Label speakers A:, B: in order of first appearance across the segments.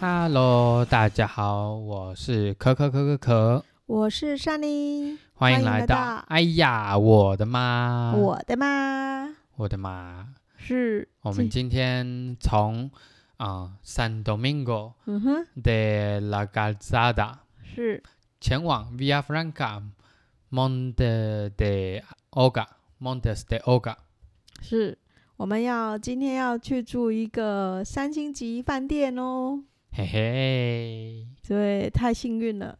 A: Hello，大家好，我是可可可可可，
B: 我是珊妮，
A: 欢
B: 迎
A: 来
B: 来到
A: 哎呀，我的妈，
B: 我的妈
A: 我的妈！
B: 是
A: 我们
B: 今
A: 今天从啊、San Domingo
B: 嗯哼
A: de la Calzada
B: 是
A: 前往 Villafranca Monte de Oca Montes de Oca。
B: 是，我们要今天要去住一个三星级饭店哦，
A: 嘿嘿，
B: 对，太幸运了，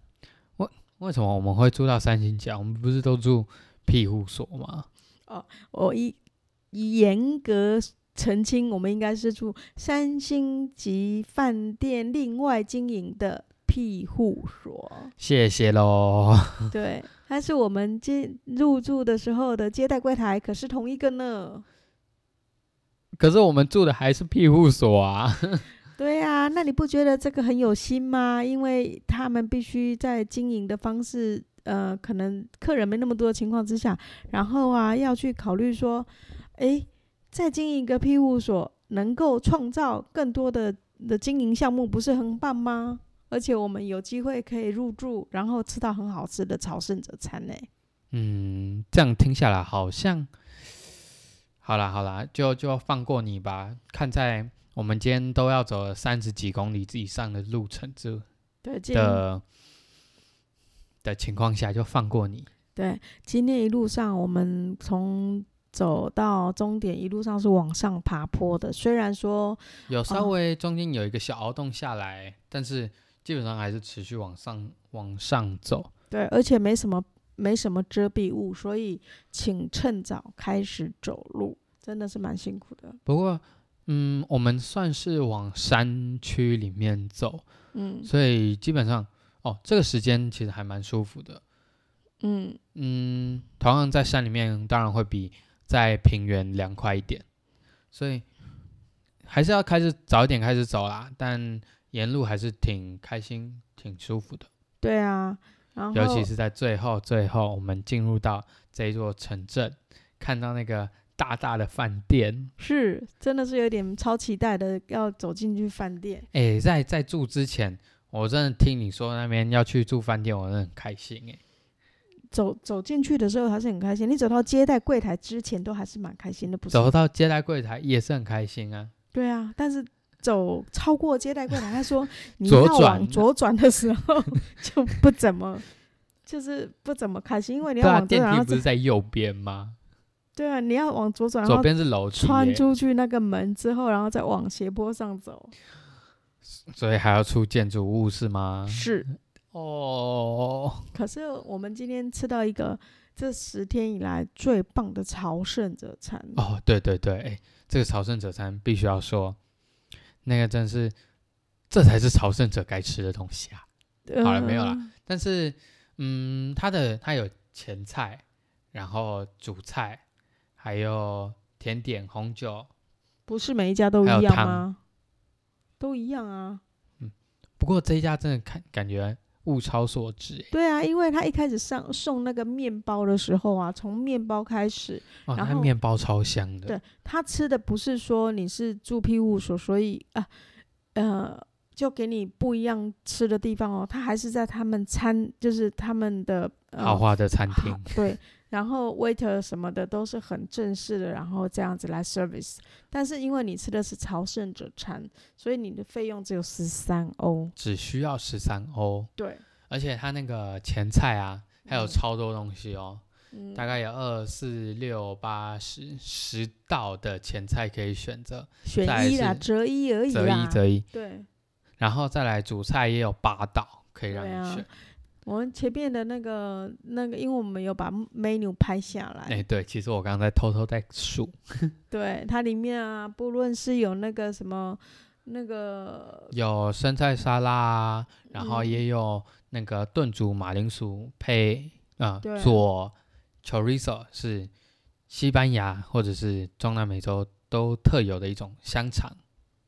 A: 为什么我们会住到三星级啊？我们不是都住庇护所吗？
B: 我一严格澄清，我们应该是住三星级饭店另外经营的庇护所，
A: 谢谢喽。
B: 对，但是我们接入住的时候的接待柜台可是同一个呢。
A: 可是我们住的还是庇护所啊。
B: 对啊，那你不觉得这个很有心吗？因为他们必须在经营的方式，呃，可能客人没那么多的情况之下，然后啊，要去考虑说，诶，再经营一个庇护所，能够创造更多的的经营项目，不是很棒吗？而且我们有机会可以入住，然后吃到很好吃的朝圣者餐呢。
A: 嗯，这样听下来好像，好啦好啦，就就放过你吧。看在我们今天都要走三十几公里以上的路程之
B: 对，建议
A: 的的情况下，就放过你。
B: 对，今天一路上我们从走到终点，一路上是往上爬坡的。虽然说
A: 有稍
B: 哦
A: 微中间有一个小凹洞下来，但是基本上还是持续往上往上走。
B: 对，而且没什么没什么遮蔽物，所以请趁早开始走路，真的是蛮辛苦的。
A: 不过，嗯，我们算是往山区里面走，
B: 嗯
A: 所以基本上，哦，这个时间其实还蛮舒服的。
B: 嗯，
A: 嗯，同样在山里面，当然会比在平原凉快一点，所以还是要开始早一点开始走啦。但沿路还是挺开心、挺舒服的，
B: 对啊，然后
A: 尤其是在最后最后，我们进入到这一座城镇，看到那个大大的饭店。
B: 是真的是有点超期待的，要走进去饭店。
A: 诶，在在住之前，我真的听你说那边要去住饭店，我真的很开心诶。
B: 走走进去的时候还是很开心，你走到接待柜台之前都还是蛮开心的，不是吗？
A: 走到接待柜台也是很开心啊。
B: 对啊，但是走超过接待柜台，他 说你
A: 左
B: 要
A: 转
B: 往左转的时候就不怎么，就是不怎么开心，因为你
A: 对
B: 要
A: 啊，
B: 往左
A: 电
B: 转，
A: 梯
B: 然后
A: 不
B: 走
A: 是在右边吗？
B: 对啊，你要往左转，然
A: 左
B: 后
A: 边是楼梯耶、
B: 穿出去那个门之后，然后再往斜坡上走。
A: 所以还要出建筑物是吗？
B: 是，
A: 哦，
B: 可是我们今天吃到一个这十天以来最棒的朝圣者餐。
A: 哦，对对对，哎，这个朝圣者餐必须要说，那个真是，这才是朝圣者该吃的东西啊。
B: 呃
A: 好了没有啦。但是，嗯，它的它有前菜，然后主菜，还有甜点、红酒。
B: 不是每一家都一
A: 还有
B: 样
A: 汤
B: 吗？都一样啊。
A: 不过这一家真的看感觉物超所值耶，
B: 对啊，因为他一开始上送那个面包的时候啊，从面包开始，
A: 哦，
B: 然
A: 那
B: 后
A: 面包超香的。
B: 对他吃的不是说你是住庇护所，所以啊，呃，就给你不一样吃的地方哦。他还是在他们餐，就是他们的、呃、
A: 豪华的餐
B: 好
A: 厅，
B: 对，然后 waiter 什么的都是很正式的，然后这样子来 service。但是因为你吃的是朝圣者餐，所以你的费用只有十三欧。
A: 只需要十三欧。
B: 对，
A: 而且它那个前菜啊，还有
B: 嗯
A: 超多东西哦，
B: 嗯
A: 大概有二四六八十十道的前菜可以选择，
B: 选
A: 再来
B: 一啦，
A: 是
B: 折一而已
A: 择
B: 啦
A: 一。择一，
B: 对，
A: 然后再来主菜也有八道可以让
B: 对
A: 你
B: 啊
A: 选。
B: 我们前面的那个那个，因为我们有把 menu 拍下来，
A: 哎、对，其实我刚才偷偷在数，
B: 对，它里面啊，不论是有那个什么那个
A: 有生菜沙拉啊，然
B: 嗯
A: 后也有那个炖煮马铃薯配啊、
B: 对啊
A: 做 chorizo 是西班牙或者是中南美洲都特有的一种香肠。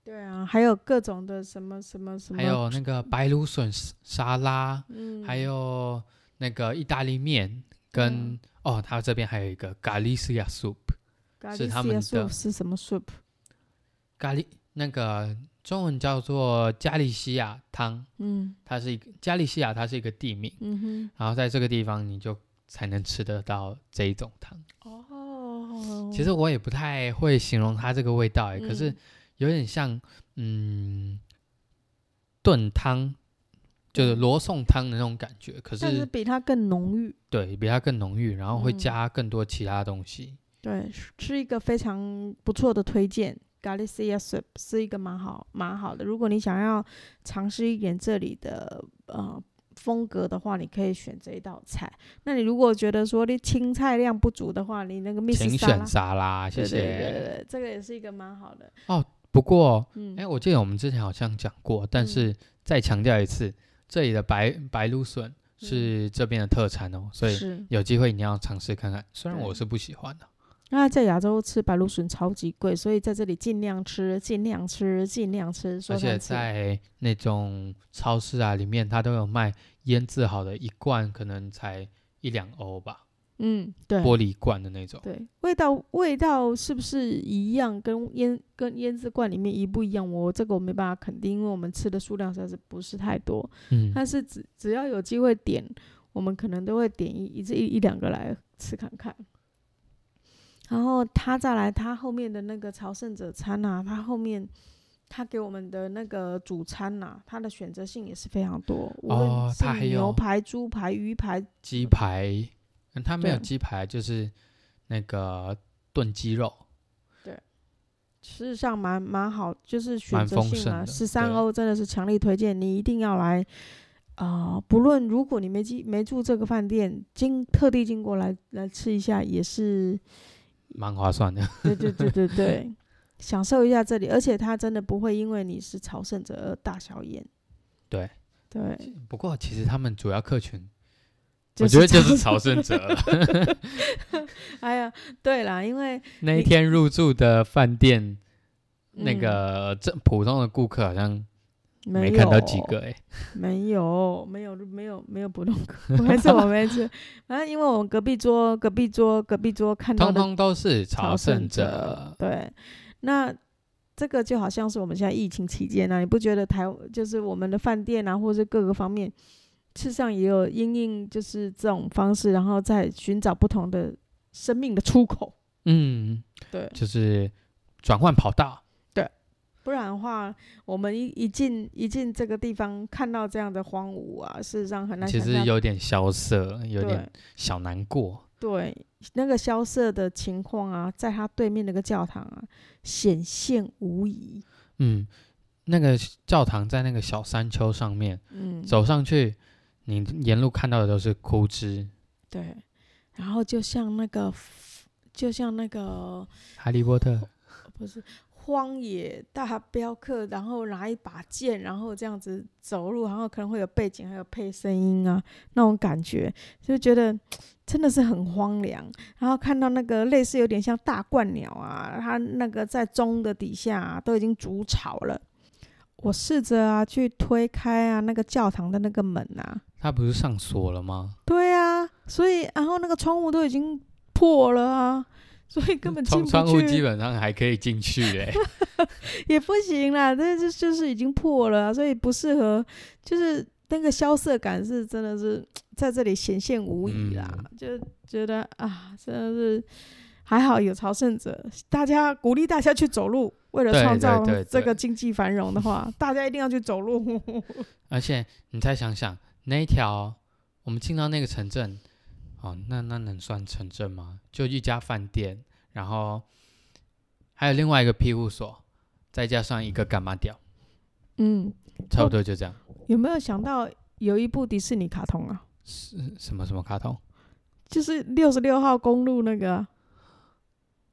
B: 对啊，还有各种的什么什么什么，
A: 还有那个白芦笋沙沙拉，
B: 嗯，
A: 还有那个意大利面跟、
B: 嗯
A: 哦，它这边还有一个咖喱西亚 soup，
B: 咖
A: 是
B: 喱
A: 他
B: 蟹
A: 们的
B: soup 是什么 soup？
A: 咖喱那个中文叫做加利西亚汤，
B: 嗯
A: 它是一个加利西亚，它是一个地名，
B: 嗯
A: 然后在这个地方你就才能吃得到这一种汤。
B: 哼，哦，
A: 其实我也不太会形容它这个味道，哎、可是
B: 嗯
A: 有点像，嗯，炖汤，就是罗宋汤的那种感觉，可
B: 嗯但是
A: 是
B: 比它更浓郁，
A: 对比它更浓郁，然后会
B: 嗯
A: 加更多其他东西。
B: 对，是是一个非常不错的推荐。Galicia Soup 是一个蛮好蛮好的，如果你想要尝试一点这里的呃风格的话，你可以选这一道菜。那你如果觉得说你青菜量不足的话，你那个 Miss
A: 请
B: 沙拉
A: 选，沙拉，谢
B: 对
A: 谢。
B: 对对对对，这个也是一个蛮好的。
A: 不过，
B: 嗯，
A: 哎，我记得我们之前好像讲过，但
B: 嗯
A: 是再强调一次，这里的白白芦笋是这边的特产哦，所以
B: 嗯是
A: 有机会一定要尝试看看。虽然
B: 对
A: 我是不喜欢的，
B: 那在亚洲吃白芦笋超级贵，所以在这里尽量吃，尽量吃，尽量吃。说
A: 而且
B: 三次
A: 在那种超市啊里面，它都有卖腌制好的，一罐可能才一两欧吧，
B: 嗯，对
A: 玻璃罐的那种。
B: 对，味道味道是不是一样？跟腌跟腌制罐里面一不一样？我这个我没办法肯定，因为我们吃的数量实在是不是太多。
A: 嗯，
B: 但是只只要有机会点，我们可能都会点一一次一一两个来吃看看。然后他再来，他后面的那个朝圣者餐啊，他后面他给我们的那个主餐呐、它的选择性也是非常多，无
A: 哦
B: 论
A: 它还
B: 是牛
A: 有
B: 排、猪排、鱼排，
A: 鸡排，嗯它没有
B: 对
A: 鸡排，就是那个炖鸡肉。
B: 事实上蛮蛮好，就是选
A: 蛮
B: 择
A: 丰
B: 性
A: 盛
B: 啊，
A: 的
B: 十三
A: 对
B: 欧真的是强力推荐，你一定要来。啊、不论如果你没记没住这个饭店，经特地经过来来吃一下，也是，
A: 蛮划算的，
B: 对对对对对， 享受一下这里，而且它真的不会因为你是朝圣者而大小眼。
A: 对
B: 对，
A: 不过其实他们主要客群，
B: 就
A: 我觉得
B: 朝
A: 就是朝圣者了。
B: 哎呀，对啦，因为
A: 那一
B: 你
A: 天入住的饭店，那
B: 嗯
A: 个正普通的顾客好像没
B: 没
A: 看到几
B: 有
A: 个哎、
B: 没有，没有，没有，没有不动课，我还是我没吃。 反正因为我们隔壁桌、隔壁桌、隔壁桌看到
A: 通
B: 的
A: 通都是朝
B: 朝
A: 圣
B: 圣
A: 者。
B: 对，那这个就好像是我们现在疫情期间啊呢、你不觉得台就是我们的饭店啊，或者是各个方面，事实上也有因应就是这种方式，然后再寻找不同的生命的出口。
A: 嗯，
B: 对，
A: 就是转换跑道。
B: 不然的话，我们一一进一进这个地方，看到这样的荒芜啊，事实上很难
A: 其
B: 想象。
A: 实有点萧瑟，有
B: 对
A: 点小难过。
B: 对，那个萧瑟的情况啊，在他对面那个教堂啊，显现无疑。
A: 嗯，那个教堂在那个小山丘上面，
B: 嗯，
A: 走上去，你沿路看到的都是枯枝。
B: 对，然后就像那个，就像那个
A: 哈利波特，
B: 不是荒野大镖客，然后拿一把剑，然后这样子走路，然后可能会有背景，还有配声音啊，那种感觉，就觉得真的是很荒凉。然后看到那个类似有点像大鹳鸟啊，它那个在钟的底下啊、都已经筑巢了。我试着啊去推开啊那个教堂的那个门啊，
A: 它不是上锁了吗？
B: 对啊，所以然后那个窗户都已经破了啊，所以根本进
A: 嗯窗
B: 不去。
A: 窗户基本上还可以进去 哎、
B: 也不行啦，但是就是已经破了啊、所以不适合，就是那个萧瑟感是真的是在这里显现无疑啦，
A: 嗯
B: 就觉得啊，真的是还好有朝圣者，大家鼓励大家去走路，为了
A: 对
B: 创造
A: 对对对
B: 这个经济繁荣的话，大家一定要去 走路。
A: 而且你再想想，那一条我们进到那个城镇，哦，那那能算城镇吗？就一家饭店，然后还有另外一个庇护所，再加上一个干妈店，
B: 嗯，
A: 差不多就这样。
B: 有没有想到有一部迪士尼卡通啊，
A: 是什么什么卡通？
B: 就是六十六号公路那个啊、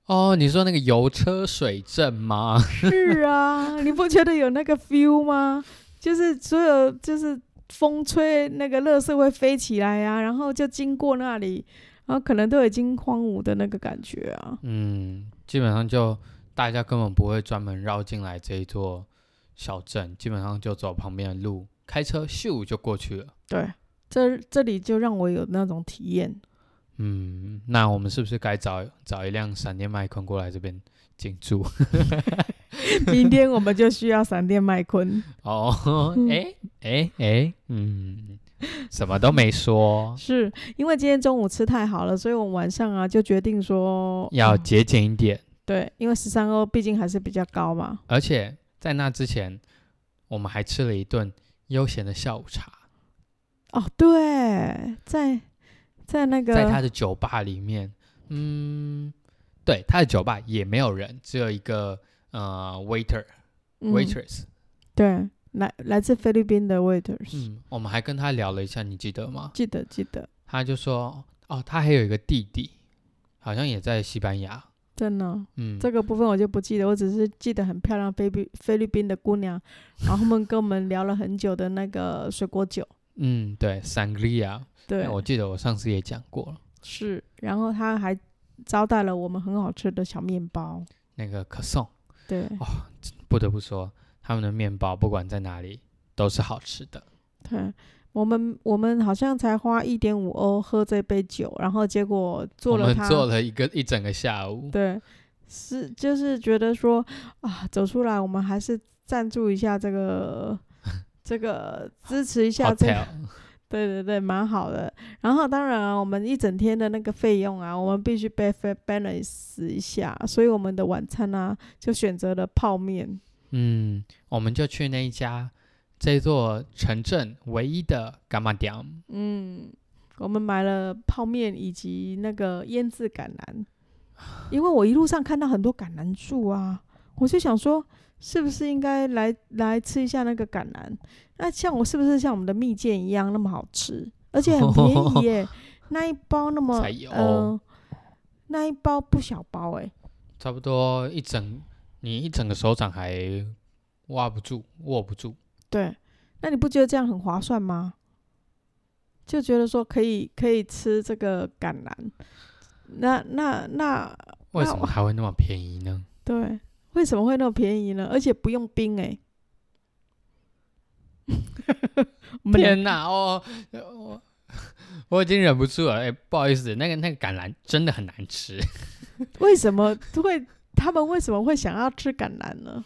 A: 哦，你说那个油车水镇吗？
B: 是啊，你不觉得有那个 feel 吗？就是所有就是风吹那个乐色会飞起来啊，然后就经过那里，然后可能都已经荒芜的那个感觉啊。
A: 嗯，基本上就大家根本不会专门绕进来这一座小镇，基本上就走旁边的路，开车咻就过去了。
B: 对，这这里就让我有那种体验，
A: 嗯，那我们是不是该找找一辆闪电麦昆过来这边进驻？
B: 明天我们就需要闪电麦 昆。
A: 哦，哎哎哎，嗯，什么都没 说，
B: 是因为今天中午吃太好了，所以我们晚上啊就决定说
A: 要
B: 嗯
A: 节俭一点。
B: 对，因为十三欧毕竟还是比较高嘛。
A: 而且在那之前，我们还吃了一顿悠闲的下午茶，
B: 哦，对，在在那个
A: 在他的酒吧里面，嗯，对，他的酒吧也没有人，只有一个呃 waiter
B: 嗯
A: waitress，
B: 对来来自菲律宾的 waiters，、
A: 嗯我们还跟他聊了一下，你记得吗？
B: 记得记得，
A: 他就说，哦，他还有一个弟弟，好像也在西班牙，
B: 真的哦、
A: 嗯，
B: 这个部分我就不记得，我只是记得很漂亮菲律菲律宾的姑娘，然后他们跟我们聊了很久的那个水果酒，
A: 嗯，对，sangria，
B: 对，
A: 哎我记得我上次也讲过了，
B: 是，然后他还招待了我们很好吃的小面包，
A: 那个可颂，
B: 对，
A: 不得不说，他们的面包不管在哪里都是好吃的。
B: 对，我们我们好像才花一点五欧喝这杯酒，然后结果做
A: 我
B: 了
A: 们
B: 它，
A: 做了一个一整个下 午。
B: 对，是就是觉得说啊，走出来我们还是赞助一下这个这个支持一下这个
A: Hotel，
B: 对对对，蛮好的。然后当然啊，我们一整天的那个费用啊，我们必须 ba- ba- balance 一下，所以我们的晚餐呢、就选择了泡面。
A: 嗯，我们就去那一家这座城镇唯一的伽马店，
B: 嗯，我们买了泡面以及那个腌制橄 榄，因为我一路上看到很多橄榄树啊，我就想说，是不是应该来来吃一下那个橄榄？那像我是不是像我们的蜜饯一样那么好吃，而且很便 宜耶、那一包那么
A: 才有
B: 呃，那一包不小包哎、
A: 差不多一整你一整个手掌还挖不住，握不住。
B: 对，那你不觉得这样很划算吗？就觉得说可以可以吃这个橄榄，那那那
A: 为
B: 那
A: 什么
B: 我
A: 还会那么便宜呢？
B: 对，为什么会那么便宜呢？而且不用冰哎、我们俩
A: 天哪，哦，我我已经忍不住了。哎，不好意思，那个那个橄榄真的很难吃。
B: 为什么会他们为什么会想要吃橄榄呢？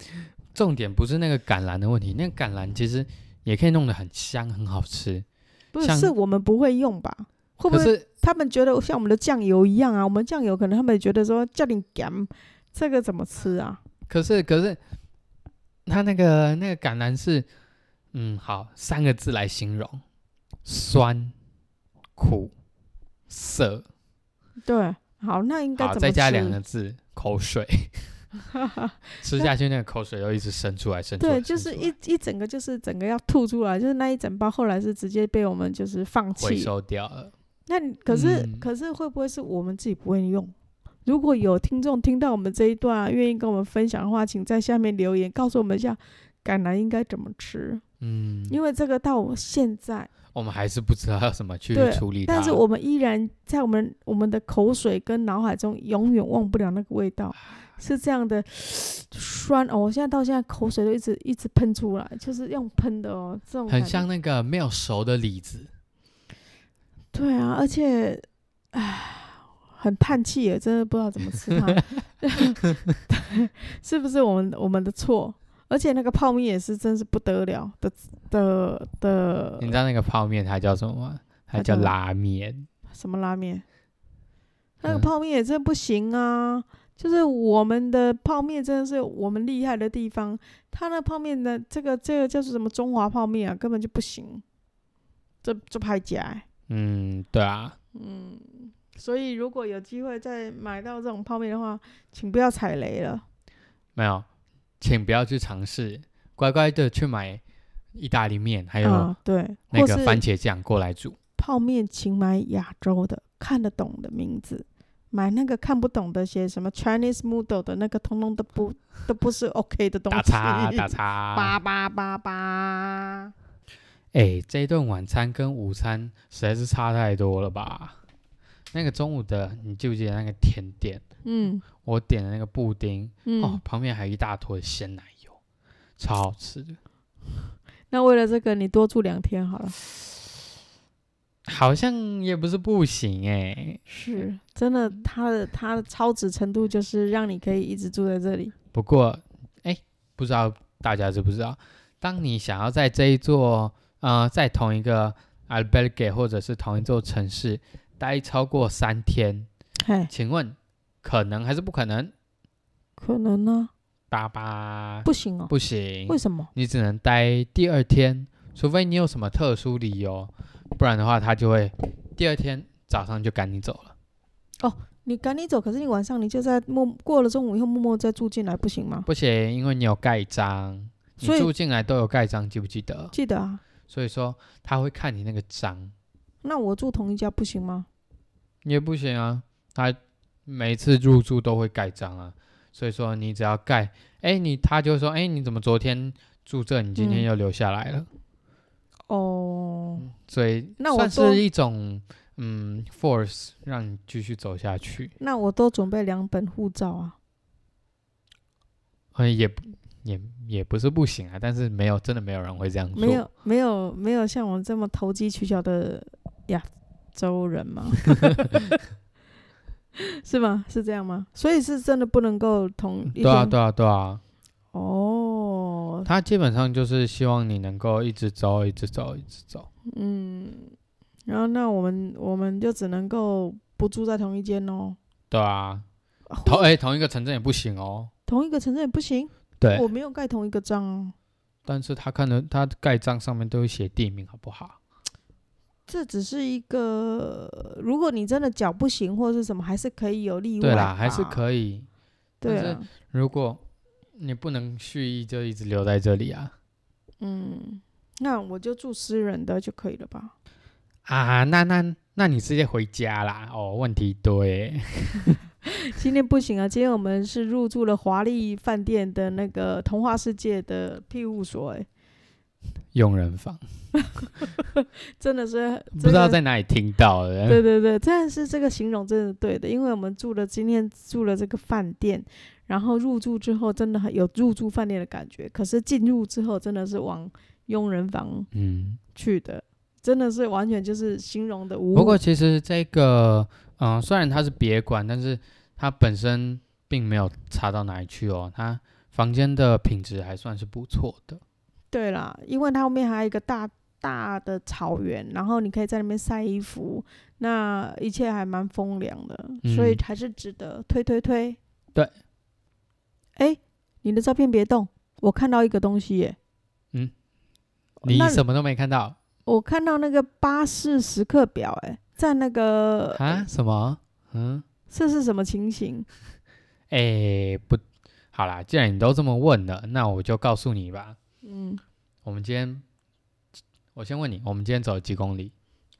A: 重点不是那个橄榄的问题，那个橄榄其实也可以弄得很香，很好吃。
B: 不是
A: 像
B: 是我们不会用吧？会不
A: 可
B: 会
A: 是
B: 他们觉得像我们的酱油一样啊？我们酱油可能他们觉得说叫你干，这个怎么吃啊？
A: 可是可是，它那个那个橄榄是，嗯，好三个字来形容：酸、苦、涩。
B: 对，好，那应该
A: 好，
B: 怎么
A: 再
B: 吃？
A: 加两个字：口水。 吃下去那个口水又一直渗出来，渗出来。
B: 对，就
A: 渗
B: 是
A: 出
B: 一
A: 来
B: 一整个就是整个要吐出来，就是那一整包，后来是直接被我们就是放
A: 回
B: 弃。
A: 收掉了。
B: 那你可是、
A: 嗯
B: 可是会不会是我们自己不会用？如果有听众听到我们这一段啊，愿意跟我们分享的话，请在下面留言告诉我们一下橄榄应该怎么吃，
A: 嗯，
B: 因为这个到我现在，
A: 我们还是不知道要怎么去
B: 对
A: 处理它。
B: 但是我们依然在我们我们的口水跟脑海中永远忘不了那个味道，是这样的酸哦！我现在到现在口水都一直一直喷出来，就是用喷的哦，这种
A: 很
B: 感觉
A: 像那个没有熟的李子。
B: 对啊，而且，唉，很叹气耶，真的不知道怎么吃它， 是不是我们我们的错？而且那个泡面也是真是不得了的的的
A: 你知道那个泡面它叫什么吗？它
B: 它
A: 叫
B: 叫
A: 拉面。
B: 什么拉面？那
A: 嗯
B: 个泡面也真不行啊！就是我们的泡面真的是我们厉害的地方，它那泡面的这个这个叫做什么中华泡面啊，根本就不行，这这拍假、欸。
A: 嗯，对啊，
B: 嗯，所以如果有机会再买到这种泡面的话，请不要踩雷了。
A: 没有，请不要去尝试，乖乖的去买意大利面，还有
B: 啊，对，
A: 哎那
B: 或
A: 个
B: 是
A: 番茄酱过来煮。
B: 泡面，请买亚洲的看得懂的名字，买那个看不懂的写什么 Chinese Noodle 的那个，通通都不都不是 OK 的东西。
A: 打 叉打叉
B: 八。八八八。
A: 哎，这一顿晚餐跟午餐实在是差太多了吧？那个中午的，你记不记得那个甜点？
B: 嗯
A: 我点的那个布丁，
B: 嗯、
A: 哦，旁边还有一大坨的鲜奶油，超好吃的。
B: 那为了这个，你多住两天好了。
A: 好像也不是不行哎、
B: 是真的，
A: 嗯
B: 它的它的超值程度就是让你可以一直住在这里。
A: 不过，哎，不知道大家知不知道，当你想要在这一座呃，在同一个 albergue 或者是同一座城市待超过三天，
B: 嘿，
A: 请问可能还是不可能？
B: 可能呢、
A: 爸爸，
B: 不行哦，
A: 不行，
B: 为什么？
A: 你只能待第二天，除非你有什么特殊理由，不然的话他就会第二天早上就赶你走了。
B: 你赶你走，可是你晚上你就在默过了中午以后默默再住进来，不行吗？
A: 不行，因为你有盖章，你
B: 所以
A: 住进来都有盖章，记不记得？
B: 记得啊，
A: 所以说他会看你那个章。
B: 那我住同一家不行吗？
A: 也不行啊，他每次入住都会盖章啊，所以说你只要盖，哎，你他就说，哎，你怎么昨天住这，你今天
B: 嗯
A: 又留下来了？
B: 哦，
A: 所以
B: 那我
A: 算
B: 多
A: 是一种嗯 force 让你继续走下去，
B: 那我多准备两本护照啊。
A: 嗯，也不也也不是不行啊，但是没有真的没有人会这样做，
B: 没有没有没有像我这么投机取巧的亚洲 人吗？是吗？是这样吗？所以是真的不能够同一
A: 对啊
B: 天
A: 对啊对啊，
B: 哦，
A: 他基本上就是希望你能够一直走一直走一直走，
B: 嗯，然后那我们我们就只能够不住在同一间哦，
A: 对啊，
B: 啊
A: 同哎同一个城镇也不行哦，
B: 同一个城镇也不行，
A: 对，
B: 我没有盖同一个章哦，
A: 但是他看的他盖章上面都有写地名，好不好？
B: 这只是一个，如果你真的脚不行或是什么，还是可以有例外，啊
A: 对啦，啊还是，可以。
B: 对
A: 但是
B: 啊，
A: 如果你不能蓄意就一直留在这里啊
B: 嗯，那我就住私人的就可以了 吧？
A: 啊，那那那你直接回家啦。哦，问题多耶。
B: 今天不行啊，今天我们是入住了华丽饭店的那个童话世界的庇护所、哎，
A: 佣人房
B: 真的是
A: 不知道
B: 这个
A: 在哪里听到的，
B: 对对对，但是这个形容真的对的，因为我们住了今天住了这个饭店，然后入住之后真的很有入住饭店的感觉，可是进入之后真的是往佣人房
A: 嗯。
B: 去的，真的是完全就是形容的无误。
A: 不过其实这个，嗯、虽然它是别馆，但是它本身并没有差到哪里去哦。它房间的品质还算是不错的。
B: 对啦，因为它后面还有一个大大的草原，然后你可以在那边晒衣服，那一切还蛮风凉的，所以
A: 嗯
B: 还是值得推推推。
A: 对，
B: 哎，你的照片别动，我看到一个东西耶。
A: 嗯，你
B: 那
A: 什么都没看到
B: 我看到那个巴士时刻表，哎，在 那个
A: 啊？什么？嗯。
B: 这是什么情形？
A: 哎，不，好啦，既然你都这么问了，那我就告诉你吧。
B: 嗯，
A: 我们今天，我先问你，我们今天走了几公里？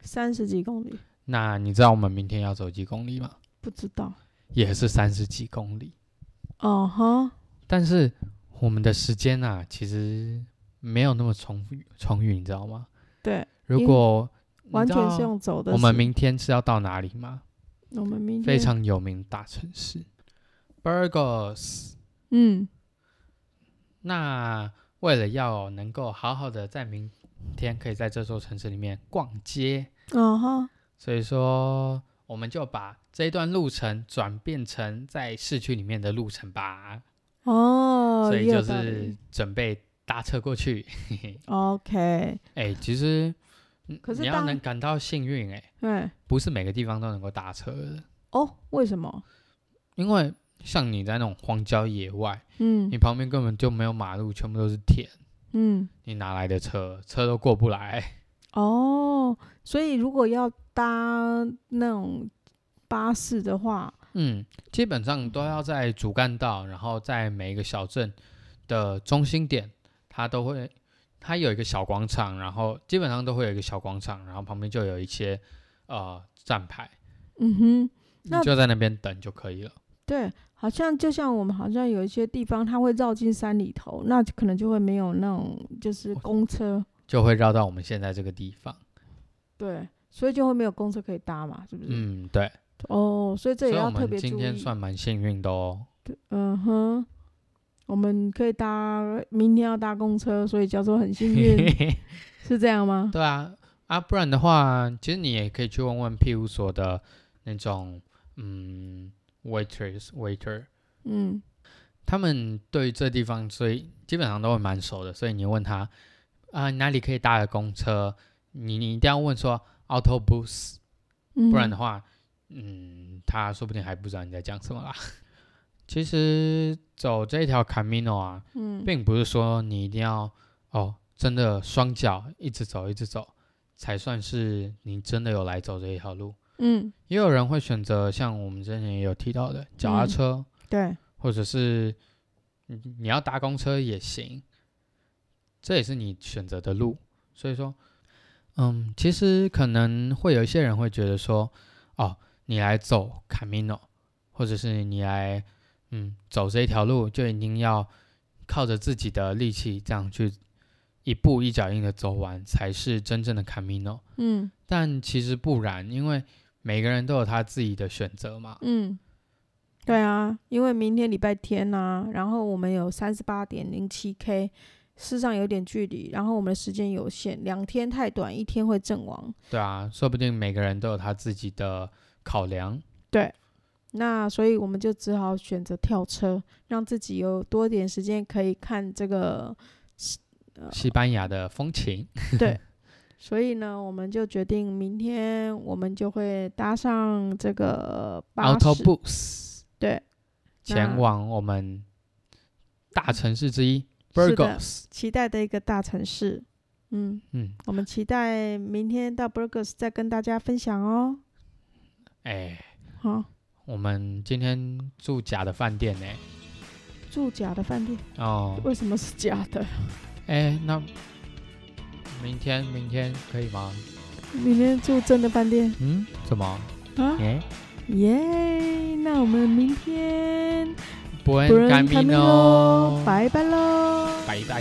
B: 三十几公里，
A: 那你知道我们明天要走几公里吗？
B: 不知道。
A: 也是三十几公里，
B: 哦哈，
A: 但是我们的时间啊，其实没有那么充裕充裕，你知道吗？
B: 对，
A: 如
B: 因
A: 果你
B: 完
A: 知
B: 全是
A: 道
B: 用走的时。
A: 我们明天是要到哪里吗？
B: 我们明
A: 非
B: 天
A: 常有名的大城市，Burgos。
B: 嗯
A: 那为了要能够好好的在明天可以在这座城市里面逛街，
B: 哦哈
A: 所以说我们就把这一段路程转变成在市区里面的路程吧。
B: 哦，
A: 所以
B: 也有
A: 就
B: 道理
A: 是准备搭车过去。
B: OK，
A: 哎、其实嗯
B: 可是
A: 你
B: 搭
A: 要能感到幸运、哎，
B: 哎
A: 不是每个地方都能够搭车的，
B: 哦，为什么？
A: 因为像你在那种荒郊野外，
B: 嗯
A: 你旁边根本就没有马路，全部都是田，
B: 嗯
A: 你哪来的车？车都过不来。
B: 哦，所以如果要搭那种巴士的话，
A: 嗯，基本上都要在主干道，然后在每一个小镇的中心点，它都会，它有一个小广场，然后基本上都会有一个小广场，然后旁边就有一些呃站牌，
B: 嗯哼，
A: 你
B: 那
A: 就在那边等就可以了。
B: 对，好像就像我们好像有一些地方，它会绕进山里头，那就可能就会没有那种就是
A: 哦
B: 公车，
A: 就会绕到我们现在这个地方，
B: 对，所以就会没有公车可以搭嘛，是不是？
A: 嗯，对，
B: 哦，所以这
A: 所
B: 也
A: 以我
B: 要特
A: 们
B: 别
A: 今
B: 注
A: 天
B: 意。
A: 算蛮幸运的哦。
B: 嗯哼，我们可 以搭，明天要搭公车，所以叫做很幸运，是这样吗？
A: 对啊，啊，不然的话，其实你也可以去问问庇护所的那种嗯 waitress waiter，
B: 嗯，
A: 他们对于这地方所以基本上都会蛮熟的，所以你问他啊、哪里可以搭个公车，你你一定要问说 autobus，不然的
B: 嗯
A: 话，嗯，他说不定还不知道你在讲什么啦。 其实走这条 Camino 啊，
B: 嗯
A: 并不是说你一定要哦，真的双脚一直走一直走，才算是你真的有来走这一条路。
B: 嗯，
A: 也有人会选择像我们之前也有提到的脚踏
B: 嗯
A: 车，
B: 对，
A: 或者是你你要搭公车也行，这也是你选择的路。所以说，嗯，其实可能会有一些人会觉得说，哦，你来走 Camino，或者是你来嗯走这一条路，就一定要靠着自己的力气这样去一步一脚印的走完，才是真正的 Camino。
B: 嗯
A: 但其实不然，因为每个人都有他自己的选择嘛。
B: 嗯，对啊，因为明天礼拜天呐、然后我们有三十八点零七 K，事实上有点距离，然后我们的时间有限，两天太短，一天会阵亡。
A: 对啊，说不定每个人都有他自己的考量。
B: 那所以我们就只好选择跳车，让自己有多点时间可以看这个。呃
A: 西班牙的风情，
B: 所以呢，我们就决定明天我们就会搭上这个巴
A: Auto
B: 士，
A: Bus
B: 对，
A: 前
B: 那
A: 往我们大城市之一
B: 是的
A: Burgos。
B: 期待的一个大城市。嗯，
A: 嗯，
B: 我们期待明天到 Burgers 再跟大家分享哦。
A: 哎，
B: 好、
A: 我们今天住假的饭店呢？
B: 住假的饭店
A: 哦，
B: 为什么是假的？
A: 哎，那明天明天可以吗？
B: 明天住真的饭店
A: 嗯，怎么？
B: 啊？
A: 哎
B: 耶、那我们明天
A: ，Buen
B: Buen
A: camino，
B: 拜拜喽。
A: 拜拜。